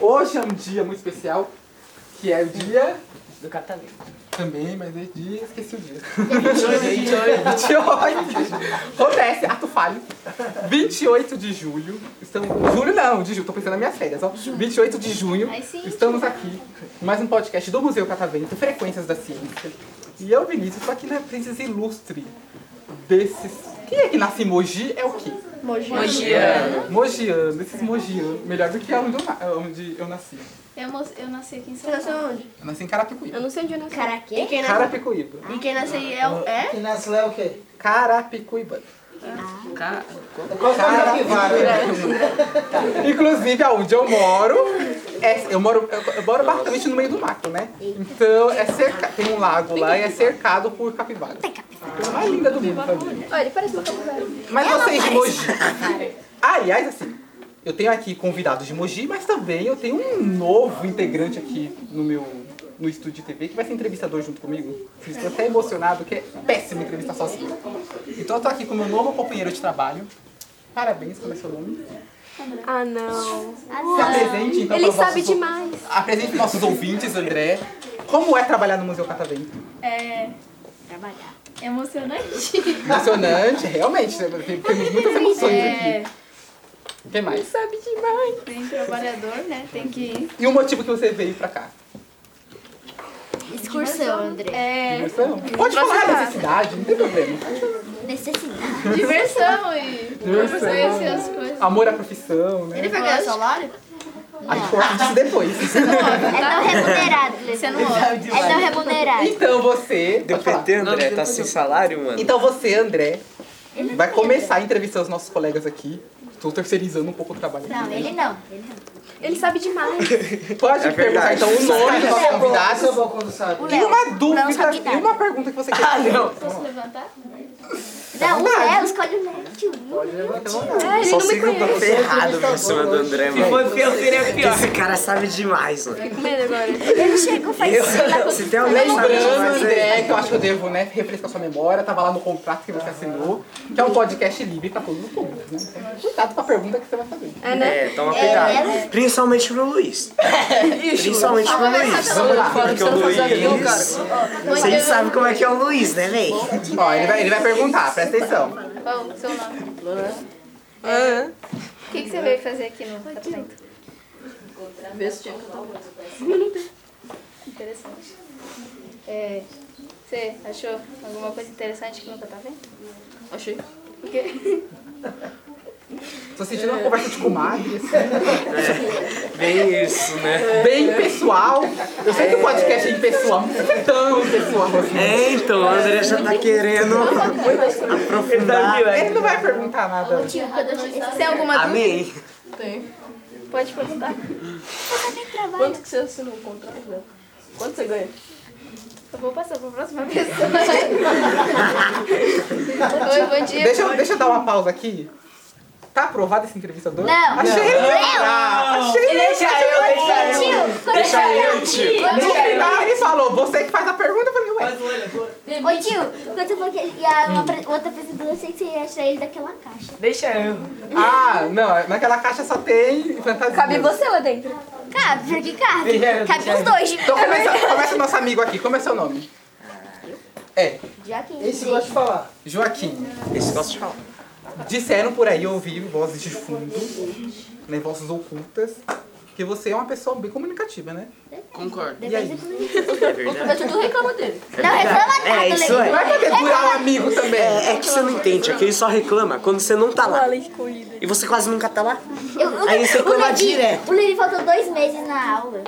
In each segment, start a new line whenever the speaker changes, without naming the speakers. Hoje é um dia muito especial, que é o dia
do catavento.
também, mas é dia, esqueci o dia. 28. Acontece, ato falho. 28 de julho. Estamos... Julho não, de julho, tô pensando nas minhas férias, ó. 28 de junho.
Ai, sim.
Estamos aqui. Mais um podcast do Museu Catavento, Frequências da Ciência. E eu, Vinícius, tô aqui na presença ilustre desses. Quem é que nasce em Mogi é o quê?
Mogi.
Mogiano.
Mogiano, esses Mogiano. Melhor do que onde eu, na- onde eu nasci.
Eu, mos- É eu nasci aqui em São
Você nasceu
Paulo.
onde?
Eu nasci em Carapicuíba.
Eu não sei onde eu nasci.
Caraquê?
E quem, nas...
Carapicuíba.
e quem nasceu aí é o... É?
Que nasce lá é o quê?
Carapicuíba. é
Ca-
Qual família que vale?
Inclusive, aonde eu moro, é- eu moro, eu, eu moro basicamente no meio do mato, né? Então, é cerca, tem um lago lá e é cercado por capivaras. É a mais linda do mundo também.
Olha, ele parece uma capivara.
Mas vocês de Mogi. Aliás, assim, eu tenho aqui convidados de Mogi, mas também eu tenho um novo integrante aqui no meu no estúdio de TV que vai ser entrevistador junto comigo. Estou até emocionado, que é péssimo entrevistar sozinho. Então, eu tô aqui com meu novo companheiro de trabalho. Parabéns, como é seu nome?
Ah, não.
Se apresente, então,
Ah, Ele
para os
sabe
nossos-
demais.
Apresente para os nossos ouvintes, André. Como é trabalhar no Museu Catavento?
É
Trabalhar.
emocionante.
Emocionante, realmente. tem- Temos muitas emoções
É,
aqui. O que mais?
Sabe demais.
tem trabalhador, né? Tem que.
E o motivo que você veio pra cá?
Excursão, André.
É.
Diversão? Então, Pode falar a necessidade, não tem problema.
Necessidade.
Diversão e
Diversão.
conhecer as coisas.
Amor à profissão, né?
Ele vai ganhar salário?
A gente coloca isso depois.
É não remunerado,
Você
um
Leandro.
não ouve.
É não remunerado.
Então você.
Deu
pode falar.
PT, André? Tá sem salário, mano?
Então você, André, vai começar a entrevistar os nossos colegas aqui. Estou terceirizando um pouco o trabalho.
Não, ele não. Ele não.
Ele sabe demais.
Pode
É
perguntar
verdade.
então o nome dos nossos
Isso é
convidados.
bom quando sabe.
E uma dúvida,
sabe
e
nada.
uma pergunta que você quer fazer. Ah, não.
Posso levantar?
Não, é, o Léo escolhe o Léo, tio.
É, ele
Só
não me
sigo
conhece.
tá ferrado por cima do André, mano. É
Foi pior, seria pior.
Esse cara sabe demais, mano.
Com medo agora.
Ele chegou faz
Eu- se tem alguém que sabe
Lembrando,
demais
um
é
André,
aí.
que eu acho que eu devo, né, refrescar sua memória, tava lá no contrato que você assinou, que é um podcast livre pra todos os públicos, né? Então, cuidado com a pergunta que você vai fazer.
É, né?
É, toma
né?
cuidado. Principalmente pro Luiz. Principalmente pro Luiz.
Vamos lá.
Porque o Luiz. Vocês sabem como é que é o Luiz, né, véi?
Ó, ele vai, ele vai perguntar, presta atenção.
Qual o seu nome? É.
Ah,
O que, que você veio fazer aqui no Catavento?
Vê se tinha cantado.
Interessante. É, você achou alguma coisa interessante aqui no Catavento?
Achei.
O quê?
Tô sentindo uma conversa de comadre, assim,
Bem isso, né?
bem pessoal. Eu sei que o podcast é impessoal, mas não é tão pessoal assim.
É, então, o André já tá querendo aprofundar.
Ele não vai perguntar nada.
Tio, quando eu cheguei,
Tem alguma dúvida?
Amém.
Tem.
Pode perguntar.
Quanto que você assinou o contrato, Léo? Quanto você ganha?
Eu vou passar para a próxima pessoa. Oi, bom dia.
Deixa, eu- deixa eu dar uma pausa aqui. Tá aprovado esse entrevistador?
Não.
Achei legal! Achei
é.
legal!
Tio, quando
Deixa eu, tio.
é.
No final ele falou, você que faz a pergunta, eu falei, ué.
Ô tio, quando você falou que e a uma pre- outra pessoa, eu sei que você ia achar ele daquela caixa.
Deixa eu.
Ah, não, naquela caixa só tem fantasia.
Cabe você lá dentro.
Cabe, porque cabe. Cabe os dois.
Então começa, começa o nosso amigo aqui, como é seu nome? É,
Já que
Esse gosta de falar.
Joaquim.
Esse gosta de falar.
Disseram por aí, eu ouvi vozes de fundo, né, vozes ocultas, que você é uma pessoa bem comunicativa, né?
Concordo.
E aí?
Depende do
É verdade.
Mas tudo reclama dele.
Não reclama nada,
É, isso
Leandro.
Vai poder durar um amigo também.
É, é que você não entende, é que ele só reclama quando você não tá lá.
escolhida.
E você quase nunca tá lá.
Eu- o-
Aí você
o
cola
Levi-
direto.
O Levi faltou dois meses na aula.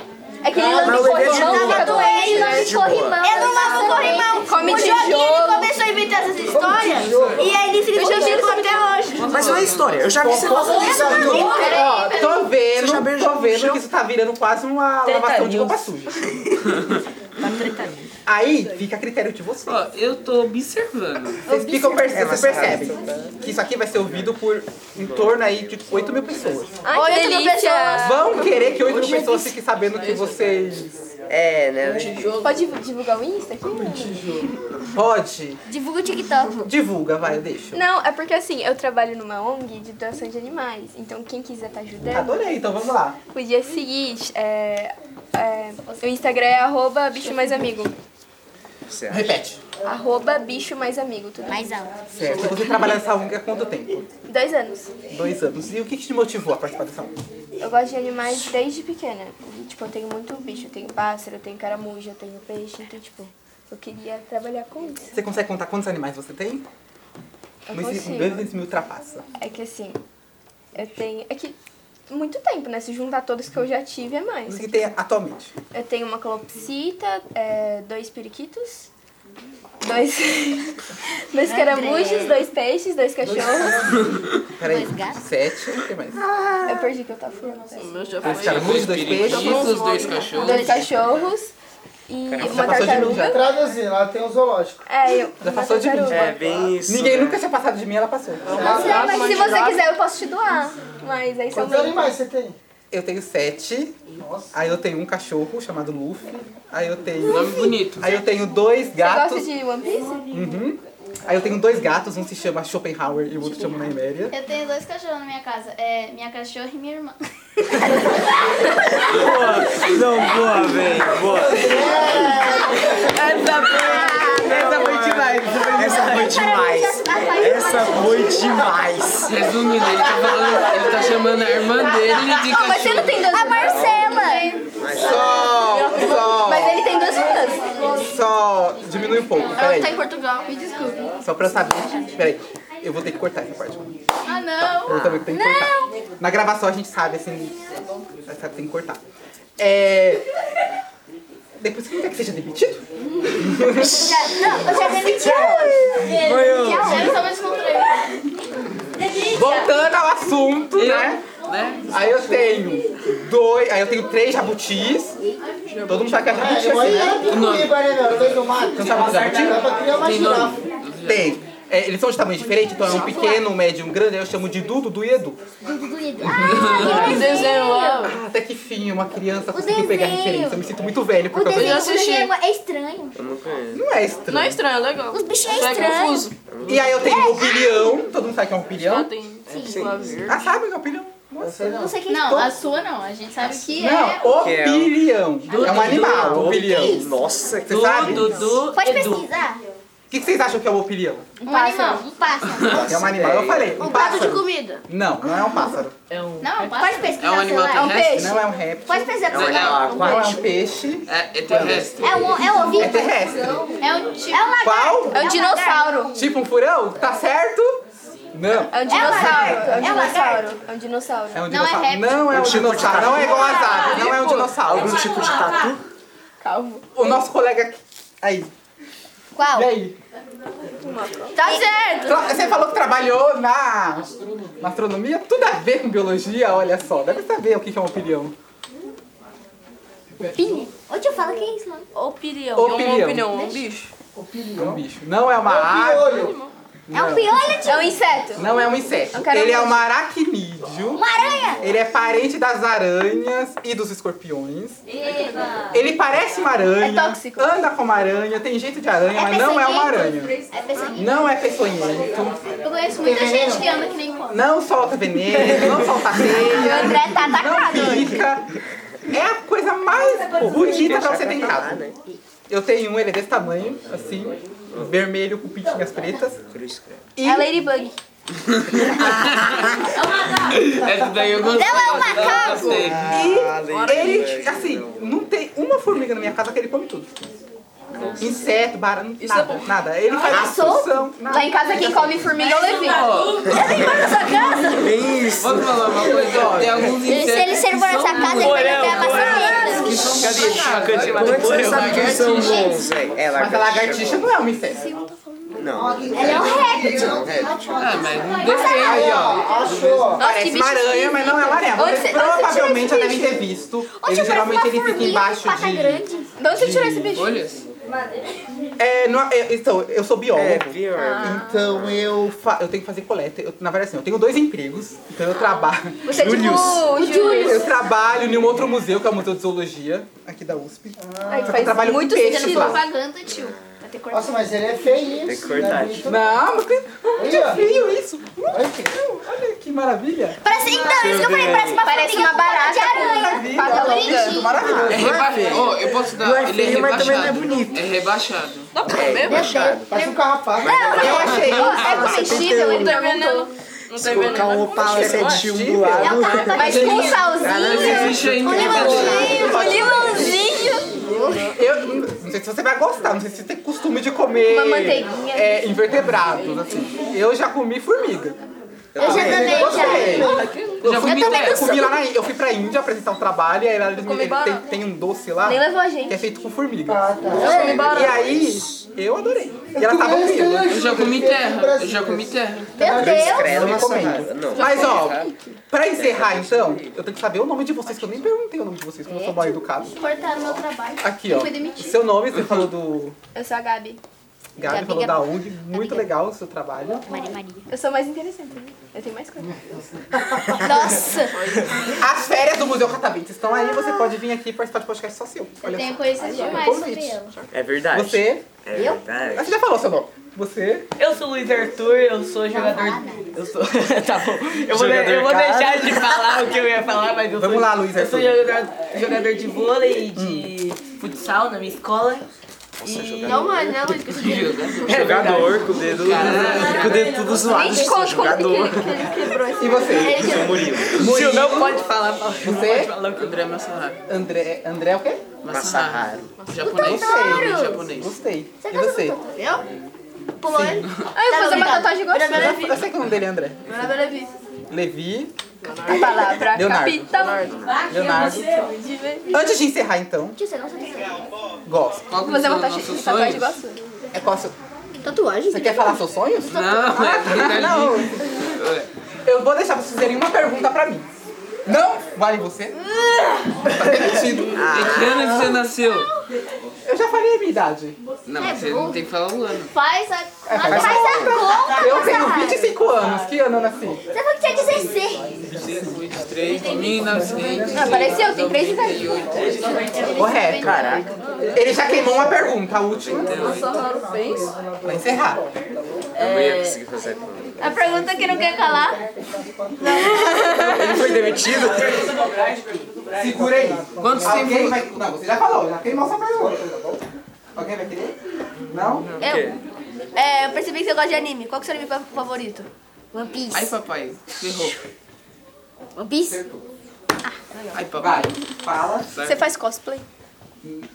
É que ele não
mas
me
o Levi é de
corrimão,
boa.
fica doente.
Ele não
de boa.
corrimão. Eu não lavo corrimão.
Come
O Joaquim
tijolo.
ele começou a inventar essas histórias e aí ele se
O Joaquim
divertiu
sabe até hoje.
Mas não é história, eu já vi você falando isso aí.
Ó, tô
Você já
vendo,
beijou um
tô
no
vendo
chão?
que isso tá virando quase uma
Treta
lavação de
news.
roupa suja. Aí fica a critério de vocês.
Ó, eu tô observando.
Vocês ficam, perce-
Observa.
vocês percebem que isso aqui vai ser ouvido por em torno aí de 8 mil pessoas.
Ai, que delícia!
Vão querer que 8 mil pessoas fiquem sabendo que vocês...
É, né?
Pode divulgar o Insta aqui?
Pode.
Divulga o TikTok.
Divulga, vai, deixa.
Não, é porque assim, eu trabalho numa ONG de doação de animais. Então quem quiser tá ajudando,
Adorei, então vamos lá.
podia seguir. É, é, o Instagram é arroba bicho mais amigo.
Certo.
Repete.
Arroba bicho mais amigo, tudo.
Mais alto.
Certo. Você trabalha nessa ONG há quanto tempo?
Dois anos.
Dois anos. E o que que te motivou a participar dessa ONG?
Eu gosto de animais desde pequena. E, tipo, eu tenho muito bicho. Eu tenho pássaro, eu tenho caramuja, eu tenho peixe. Então, tipo, eu queria trabalhar com isso.
Você consegue contar quantos animais você tem?
Eu
Mas esse-
consigo.
200 mil ultrapassa.
É que assim, eu tenho. É que muito tempo, né? Se juntar todos que eu já tive é mais.
Os que tem atualmente.
Eu tenho uma calopsita, é, dois periquitos, dois. dois caramujas, dois peixes, dois cachorros.
Peraí.
Dois gatos?
Sete. O que mais?
Eu perdi o que eu tava falando.
O meu já
Dois caramujas, dois peixes.
periquitos, dois cachorros.
Dois cachorros e uma
passou de mim já.
tartaruga.
Traduzindo, lá tem o zoológico.
É, eu.
Já
uma
passou de mim.
tartaruga.
É, bem isso.
Ninguém
né?
nunca tinha passado de mim, ela passou.
Não sei, mas se você quiser eu posso te doar. Mas aí um são
Quantos
meus.
animais você tem?
Eu tenho sete.
Nossa.
Aí eu tenho um cachorro chamado Luffy. Aí eu tenho.
Nome bonito.
Aí eu tenho dois
Gosta
gatos.
de One Piece?
Uhum. Aí eu tenho dois gatos, um se chama Schopenhauer e o outro se chama Naiméria.
Eu tenho dois cachorros na minha casa. É minha cachorra e minha irmã.
Boa. Não, boa, velho. Boa.
Essa foi demais.
Essa foi demais. Essa foi demais.
Resumindo, ele tá, falando, ele tá chamando a irmã dele de
Mas você não
cachorro.
tem duas
A
irmãs?
Marcela!
Sol! Sol!
Mas ele tem duas irmãs.
Sol! Diminui um pouco, peraí.
em Portugal, me desculpe.
Só pra eu saber. Peraí, eu vou ter que cortar essa parte.
Ah, não!
Eu também tenho que cortar. Na gravação a gente sabe, assim. Essa tem que cortar. É. Depois você não quer que seja demitido?
Já, não, eu já demiti hoje.
Foi eu.
Já estava descontraída.
Voltando ao assunto, né?
Eu, né?
Aí eu tenho dois. Aí eu tenho três jabutis. Todo mundo sabe que é
É,
jabuti
eu
assim.
era picuíba, né, meu? No meio do mato.
tá
Não sabe usar
Dá pra criar uma
Tem nome.
girafa.
Tem. É, eles são de tamanho diferente, então é um pequeno, um médio, um grande, aí eu chamo de Dudu, Dudu e Edu.
Dudu doído. Ah, que desenho!
Ah, até que fim, uma criança conseguiu pegar
desenho.
referência. Eu me sinto muito velho
O
por causa
desenho
disso.
do desenho é estranho.
Eu não conheço.
Não é estranho.
estranho, legal.
Os bichinhos é estranho.
E aí eu tenho um pilhão, todo mundo sabe que é um pilhão?
tem
Ah, sabe o que é um pilhão?
Eu sei não.
Não sei quem
Não, a sua não. A gente sabe que é.
Não, o
Que é o-
pilhão. É um animal, o pilhão.
Nossa, que
Você sabe?
Du, Dudu,
Pode
Edu.
pesquisar.
O que que vocês acham que é o pilhão?
Um animal, um pássaro.
É um animal, eu falei. Um pássaro.
comida.
Não, não é um pássaro.
É um,
Não, pode pesquisar.
é um animal
sei lá.
né?
terrestre?
Não é um réptil.
Pode pesquisar.
É um
sei lá.
animal
Não é um
aquático.
peixe.
É, é terrestre.
É um, é um
É
ovíparo.
terrestre.
É um tipo.
É um lagarto.
Qual?
É um dinossauro.
Tipo um furão? Tá certo? Não.
É um dinossauro. É um
É um
dinossauro. É um dinossauro.
É um
Não é
dinossauro.
réptil.
Não
tipo
é um dinossauro. Não é igual a Zara. Não é um dinossauro.
Algum tipo de tatu?
Calvo.
O nosso colega aqui. Aí.
Qual?
E aí?
Tá certo.
Tra- Você falou que trabalhou na na astronomia, tudo a ver com biologia, olha só. Deve saber o que que é um opinião.
Onde eu falo que é isso, mano?
Opinião.
um bicho.
É um bicho. Não é uma ave,
Olho.
É um piolho, tio.
É um inseto.
não é um inseto.
Eu quero
Ele é
um
um aracnídeo.
Uma aranha.
Ele é parente das aranhas e dos escorpiões. Ele parece uma aranha.
É tóxico.
Anda como aranha, tem jeito de aranha,
É
mas não é uma
peçonhento.
aranha.
É pessoa
Não é peçonhento.
Eu conheço muita gente que anda que nem cobra.
Não solta veneno, não solta
O
teia,
André tá
Ah,
não
atacado.
pica. É a coisa mais bonita pra você ter em
Ah,
casa.
né?
Eu tenho um, ele é desse tamanho, assim, vermelho com pintinhas pretas.
Cruz credo.
E
É a Ladybug.
Essa daí eu gostei.
Não é um
essa daí eu
macaco.
gostei.
Ah,
ele, assim, não tem uma formiga na minha casa que ele come tudo. Inseto, barão, nada, nada. Ele faz
Ah,
discussão, nada.
Lá em casa quem come formiga é o Levi.
Ó,
Bem isso.
vou te falar uma coisa, ó. Tem alguns
Se
insetos
ele ser
que
bom nessa
são
casa, ele vai
é,
até a maçã.
que são macaco.
Como é que você sabe que eles são bons, velho? É
Mas a lagartixa
lagartixa.
não é um inseto.
Não.
Ela é um réptil.
Não, é.
Ah, mas não deu
Aí, ó.
Achou. ó.
Parece
que
uma
bicho
aranha, mas não é uma aranha.
Onde
Vocês
cê- onde cê tira
provavelmente
esse
já devem ter visto.
Onde
Ele
parece
geralmente
uma
ele fica
formiga com
embaixo
pata
de.
grande.
De onde você tirou esse bicho?
Bolhas?
É, não- é, então, eu sou biólogo.
É, pior.
Então eu, fa- eu tenho que fazer coleta. Eu- na verdade, assim, eu tenho dois empregos. Então eu trabalho.
Você é tipo
Július.
o Július.
Eu trabalho em um outro museu, que é o Museu de Zoologia, aqui da USP.
Ai,
Só que eu
faz
trabalho
muito
com peixes
sentido.
lá.
Propaganda, tio. Vai ter cortado.
Nossa, mas ele é feio
Tem que
isso.
cortar,
né?
tio.
Não, mas que
Olha,
feio isso.
olha aqui.
Olha que maravilha.
Parece, então, isso que eu falei, parece uma
Parece uma barata com pata longa.
Maravilha.
É rebaixado. Ó, eu posso dar.
Não é
ele é
feio, mas
rebaixado.
também não é bonito.
É rebaixado.
Parece um carrapato.
Eu achei. Ó, é comestível,
Tá
ele perguntou.
Ah.
Colocar um palacete do lado. tá
Mas com um
Mas
salzinho,
existe ainda rebaixado.
com limãozinho.
Eu não sei se você vai gostar, não sei se você tem costume de comer
Uma manteiguinha.
é, invertebrados, assim. Eu já comi formiga.
Eu já também,
Gostei.
já.
Já fui me
Eu comi lá na, eu fui pra Índia apresentar um trabalho, e aí lá eles me,
Comi
ele tem,
banana.
tem um doce lá
Nem levou a
que é
gente.
feito com formiga.
Ah, tá.
E aí, eu adorei. E ela tava
Parece
viva.
anjo,
Eu já comi
feito no
terra. Eu
Brasil.
já comi terra.
Meu Deus.
Credo, uma
Recomendo.
sarrada. Não.
Mas ó, pra encerrar então, eu tenho que saber o nome de vocês, que eu nem perguntei o nome de vocês, porque eu sou mal educado.
Cortaram meu trabalho.
Aqui, ó. Seu nome, você falou do
Eu sou a Gabi.
Gabi, falou da ONG. Muito legal o seu trabalho.
Maria Maria.
Eu sou mais interessante. né? Eu tenho mais coisa.
Nossa.
As férias do Museu Catavento estão aí, você pode vir aqui participar de podcast só seu. Olha
Tem
só.
coisas demais sobre ela.
É verdade.
Você.
É verdade.
Ah, Você já falou seu nome. Você.
Eu sou o Luiz Arthur, eu sou jogador. Eu sou. tá bom. Eu vou, de-
Jogador
eu vou
caro.
deixar de falar o que eu ia falar, mas eu
Vamos
sou.
lá, Luiz
Eu sou
Arthur.
jogador, jogador de vôlei e de
Hum.
futsal na minha escola.
é
E...
Não, mano, não. Gente,
É Jogador com o dedo. Com o dedo tudo zoado.
conta como que
Jogador.
ele, que ele quebrou esse.
E você?
Murilo.
Tio, não pode falar, fala. Não
Você?
pode falar o que eu
André Massahara.
André. André é o quê?
Massahara.
Japonês.
Totoro!
Nome Japonês.
Gostei. E você? Eu
Pulou ele.
Ah, eu vou fazer uma tatuagem gostosa.
sei- Eu sei que o nome dele é André. Meu nome é Levi. Levi.
A palavra
Leonardo.
capital.
Leonardo. Antes de encerrar, então,
Tio, você não sabe dizer.
gosto.
Qual que
Vou fazer uma
são os
tatuagem
nossos
tatuagem
sonhos?
gostosa.
É qual seu...
Tatuagem?
Você quer falar seus sonhos?
Não, é
tá
verdade.
Não. Eu vou deixar vocês fazerem uma pergunta pra mim. Não vale você. Tá permitido.
Em que ano você nasceu?
Eu já falei a minha idade.
Não, mas você não tem que falar
um
o ano.
Faz a...
É, faz
Faz a conta,
Eu tenho
Massahara.
25 anos. Que ano eu nasci?
Você falou que tinha 16.
23, 1900.
Ah, pareceu, tem três idades.
Correto. Caraca. Ele já queimou uma pergunta, a última. Vai encerrar.
Eu não ia conseguir fazer.
A pergunta que não quer calar.
Ele foi demitido?
Segura aí.
Quantos
Alguém
tem
vai... Não, você já falou. Já queimou sua pergunta, tá bom? Alguém vai querer? Não?
Eu.
É, eu percebi que você gosta de anime. Qual que é o seu anime fa- favorito?
One Piece.
Ai, papai. Ferrou.
One Piece?
Ai,
Vai.
papai.
Fala.
Você faz cosplay?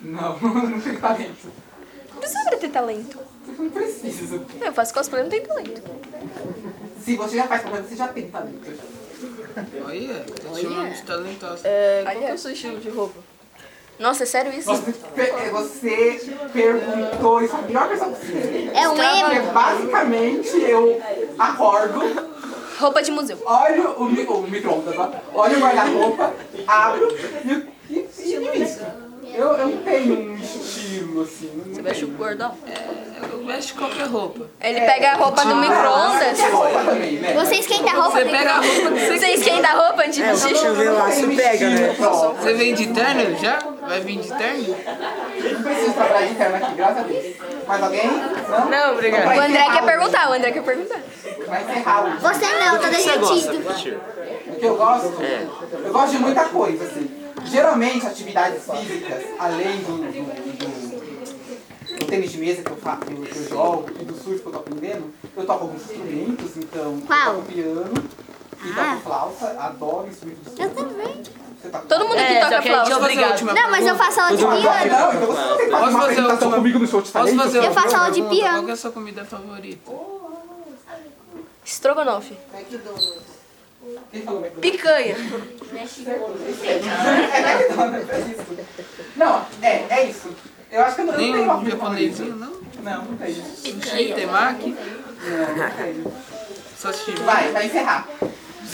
Não, não tem talento.
Não precisa ter talento.
Não preciso.
Eu faço cosplay, não tenho talento.
Se você já faz propaganda, você já tem talento.
Olha, tá
é.
chamando de talentosa.
qual é o seu estilo de roupa? Nossa, é sério isso?
Você, pe- você perguntou isso a pior pessoa possível.
É um emo.
Porque basicamente eu acordo,
Roupa de museu.
olho o, mi- o micro-ondas, ó, olho o guarda-roupa, abro e, e, e me visto. Eu, eu não tenho um estilo assim. não tenho.
o gordão.
Eu vejo qualquer roupa.
Ele pega a roupa do micro-ondas.
É roupa também, né?
Você esquenta a roupa.
Você pega a roupa que você
Você esquenta a roupa antes
É,
do
o
xixi?
chuveiro lá se pega, né?
Pronto,
Você vem de terno já? Vai vir de terno?
não preciso trabalhar de interno aqui, graças a Deus. Mais alguém? Não?
Não, obrigado.
Então
O
vai
André
encerrar
quer
o-
perguntar, o André quer perguntar.
Vai encerrar o...
Você não, tá
Você gosta,
derretido.
tio?
O que eu gosto?
É.
Eu gosto de muita coisa, assim. Geralmente, atividades físicas, além do, do- do- do tênis de mesa que eu, fa- que eu- que eu jogo e do surf que eu tô aprendendo, eu toco alguns instrumentos, então
Qual? Ah.
eu toco piano e toco flauta, adoro instrumento do surf.
Eu também.
Você tá toca
Todo mundo que
É, só
toca
que a gente
flauta.
Fazer a
obrigado.
última
Não, mas eu faço aula de
Não, agora
piano.
não, então você não tem que fazer
Posso
uma
fazer
apresentação
outra?
comigo no show de
Posso
talento?
fazer
Eu faço aula de
Qual que
piano.
é a sua comida favorita?
Estrogonofe.
Quem falou McDonald's?
Picanha.
É McDonald's, é isso. Não, é, é isso. Eu acho que eu não, eu não
Nem
tenho uma
um
comida favorita.
japonesinho, não?
Não, não tenho.
Sushi, temaki,
Não, não tenho.
sashimi.
Vai, vai encerrar.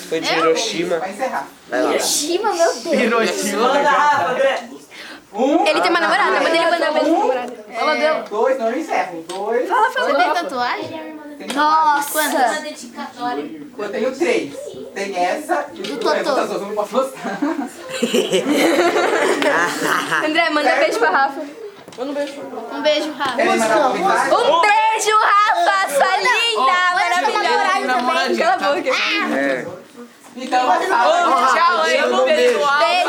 Foi de Hiroshima.
Vai encerrar.
Vai lá.
Shima, meu Deus.
Hiroshima.
Rafa, André. Um,
Ele tem uma namorada, mas ele mandou mesmo namorada. Ela deu.
dois, não, eu encerro. Dois,
Fala, fala.
Você tem tatuagem?
Nossa!
eu tenho três. Tem essa e
Do
o
Totô.
Essas duas eu não posso mostrar.
André, manda um beijo pra Rafa.
Um beijo, Rafa.
Querem mandar uma mensagem?
Um beijo, Rafa, sua linda,
namorar
maravilhosa.
também.
Cala a boca.
Então, vai lá.
Tchau, eu vou ver.
Beijo.